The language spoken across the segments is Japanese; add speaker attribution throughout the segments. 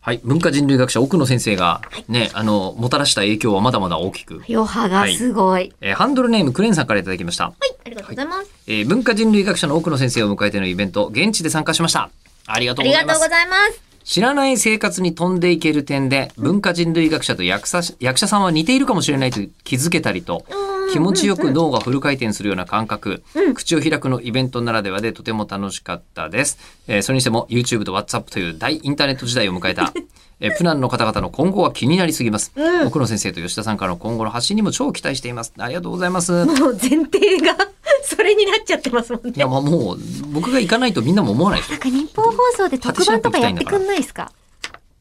Speaker 1: はい、文化人類学者奥野先生がね、あのもたらした影響はまだまだ大きく、
Speaker 2: 余波がすごい。はい、
Speaker 1: えーハンドルネームクレーンさんからいただきました、
Speaker 2: ありがとうございます。
Speaker 1: えー文化人類学者の奥野先生を迎えてのイベント現地で参加しましたありがと
Speaker 2: あ
Speaker 1: うご
Speaker 2: り
Speaker 1: ざ
Speaker 2: が
Speaker 1: いま
Speaker 2: とう
Speaker 1: す
Speaker 2: ございます。
Speaker 1: 知らない生活に飛んでいける点で文化人類学者と役者役者さんは似ているかもしれないと気づけたりと気持ちよく脳がフル回転するような感覚、口を開くのイベントならではでとても楽しかったです、えーそれにしても YouTube と WhatsApp という大インターネット時代を迎えたえープランの方々の今後は気になりすぎます、奥野先生と吉田さんからの今後の発信にも超期待していますありがとうございますい
Speaker 2: もう前提がそれになっちゃってますもんね。
Speaker 1: やまあもう僕が行かないとみんなも思わないでしょ
Speaker 2: なんか日本放送で特番とかやってくんないですか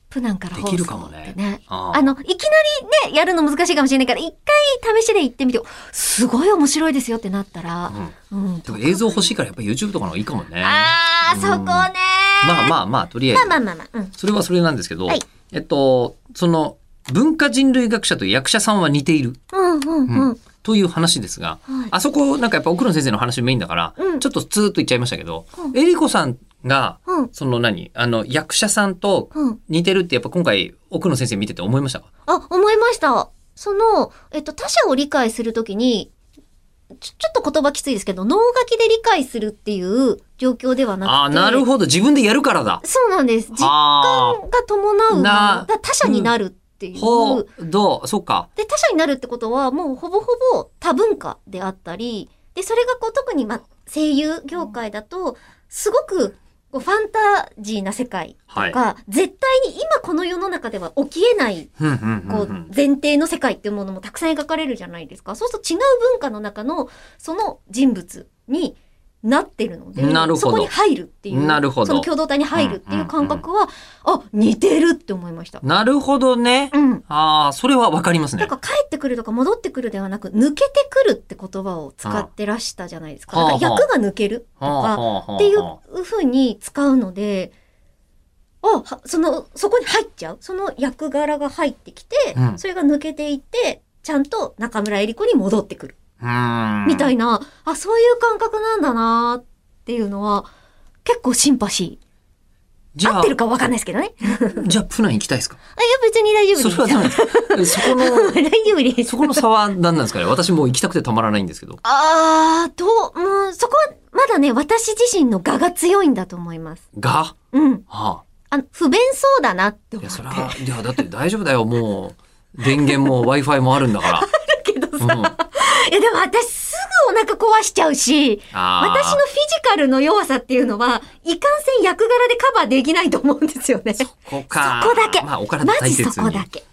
Speaker 2: プナンから放送って
Speaker 1: できるかもねあ
Speaker 2: あ
Speaker 1: あ
Speaker 2: の、いきなりね、やるの難しいかもしれないから、一回試しで行ってみて、すごい面白いですよってなったら、うん。
Speaker 1: でも映像欲しいからやっぱ YouTube とかの方がいいかもね
Speaker 2: あー、そこね
Speaker 1: まあまあまあとりあえず
Speaker 2: まあまあまあまあ、うん。
Speaker 1: それはそれなんですけど、
Speaker 2: はい
Speaker 1: えっと、その文化人類学者と役者さんは似ている
Speaker 2: うんうんうん。
Speaker 1: という話ですが、
Speaker 2: はい
Speaker 1: あそこなんかやっぱ奥野先生の話メインだから、
Speaker 2: うん
Speaker 1: ちょっとツーッと言っちゃいましたけど、
Speaker 2: うん
Speaker 1: えりこさんが、
Speaker 2: うん
Speaker 1: その何あの役者さんと
Speaker 2: うん。
Speaker 1: 似てるってやっぱ今回奥野先生見てて思いましたか
Speaker 2: あ、思いました。その、えっと、他者を理解するときに、ちょ、ちょっと言葉きついですけど、脳書きで理解するっていう状況ではなくて。
Speaker 1: ああーなる
Speaker 2: ど。
Speaker 1: ほど自分でやるからだ。
Speaker 2: そうなんです。実
Speaker 1: あ
Speaker 2: 感が伴うもの
Speaker 1: な
Speaker 2: が他者になるってい
Speaker 1: ー
Speaker 2: う。
Speaker 1: ほうどうそうか
Speaker 2: で、他者になるってことは、もうほぼほぼ多文化であったり、で、それがこう、特に、ま、声優業界だと、すごく、こう、ファンタジーな世界
Speaker 1: はい
Speaker 2: と。か、絶対に今この世の中では起きえない
Speaker 1: うんうんうん
Speaker 2: こ
Speaker 1: う
Speaker 2: うん前提の世界っていうものもたくさん描かれるじゃないですか。そうすると違う文化の中のその人物になってるので
Speaker 1: なるほど
Speaker 2: そこに入るっていう
Speaker 1: なるほど
Speaker 2: その共同体に入るっていう感覚は、あ似てるって思いました。
Speaker 1: なるほどね。
Speaker 2: うん。
Speaker 1: ああそれはわかりますね
Speaker 2: なん。か帰ってくるとか戻ってくるではなく抜けてくるって言葉を使ってらしたじゃないですか。
Speaker 1: はあ
Speaker 2: なんか役が抜けると
Speaker 1: はあ
Speaker 2: か
Speaker 1: はあはあ
Speaker 2: っていうふうに使うので、あ、はその、そこに入っちゃう。その役柄が入ってきて、
Speaker 1: うん
Speaker 2: それが抜けていって、ちゃんと中村江里子に戻ってくる。
Speaker 1: うん
Speaker 2: みたいな、あ、そういう感覚なんだなーっていうのは、結構シンパシ
Speaker 1: じ
Speaker 2: ー。
Speaker 1: ゃ
Speaker 2: 合
Speaker 1: あ
Speaker 2: ってるかわかんないですけどね。あ、いや、
Speaker 1: じゃあ、プナン行きたい ですか
Speaker 2: 別に大丈夫
Speaker 1: そ
Speaker 2: で
Speaker 1: れ
Speaker 2: す。
Speaker 1: はダメです。そこの、
Speaker 2: 大丈夫です。
Speaker 1: そこの差は何なんですかね私もう行きたくてたまらないんですけど。
Speaker 2: あー、と、もう、そこは、まだね、私自身の我が強いんだと思います。
Speaker 1: が、
Speaker 2: うん。
Speaker 1: は
Speaker 2: あの、不便そうだなって
Speaker 1: あ、い
Speaker 2: 思っ
Speaker 1: や、
Speaker 2: て
Speaker 1: それは、いや、だって大丈夫だよ。もう、電源 も Wi-Fi もあるんだから。
Speaker 2: たけどさ、
Speaker 1: うん、あ
Speaker 2: いや、でも私すぐお腹壊しちゃうし、
Speaker 1: あ
Speaker 2: 私のフィジカルの弱さっていうのは、いかんせん役柄でカバーできないと思うんですよね。
Speaker 1: ここか。
Speaker 2: そこだけ
Speaker 1: まあ、お体
Speaker 2: マ
Speaker 1: 大
Speaker 2: ジ
Speaker 1: 切に。
Speaker 2: そこだけ。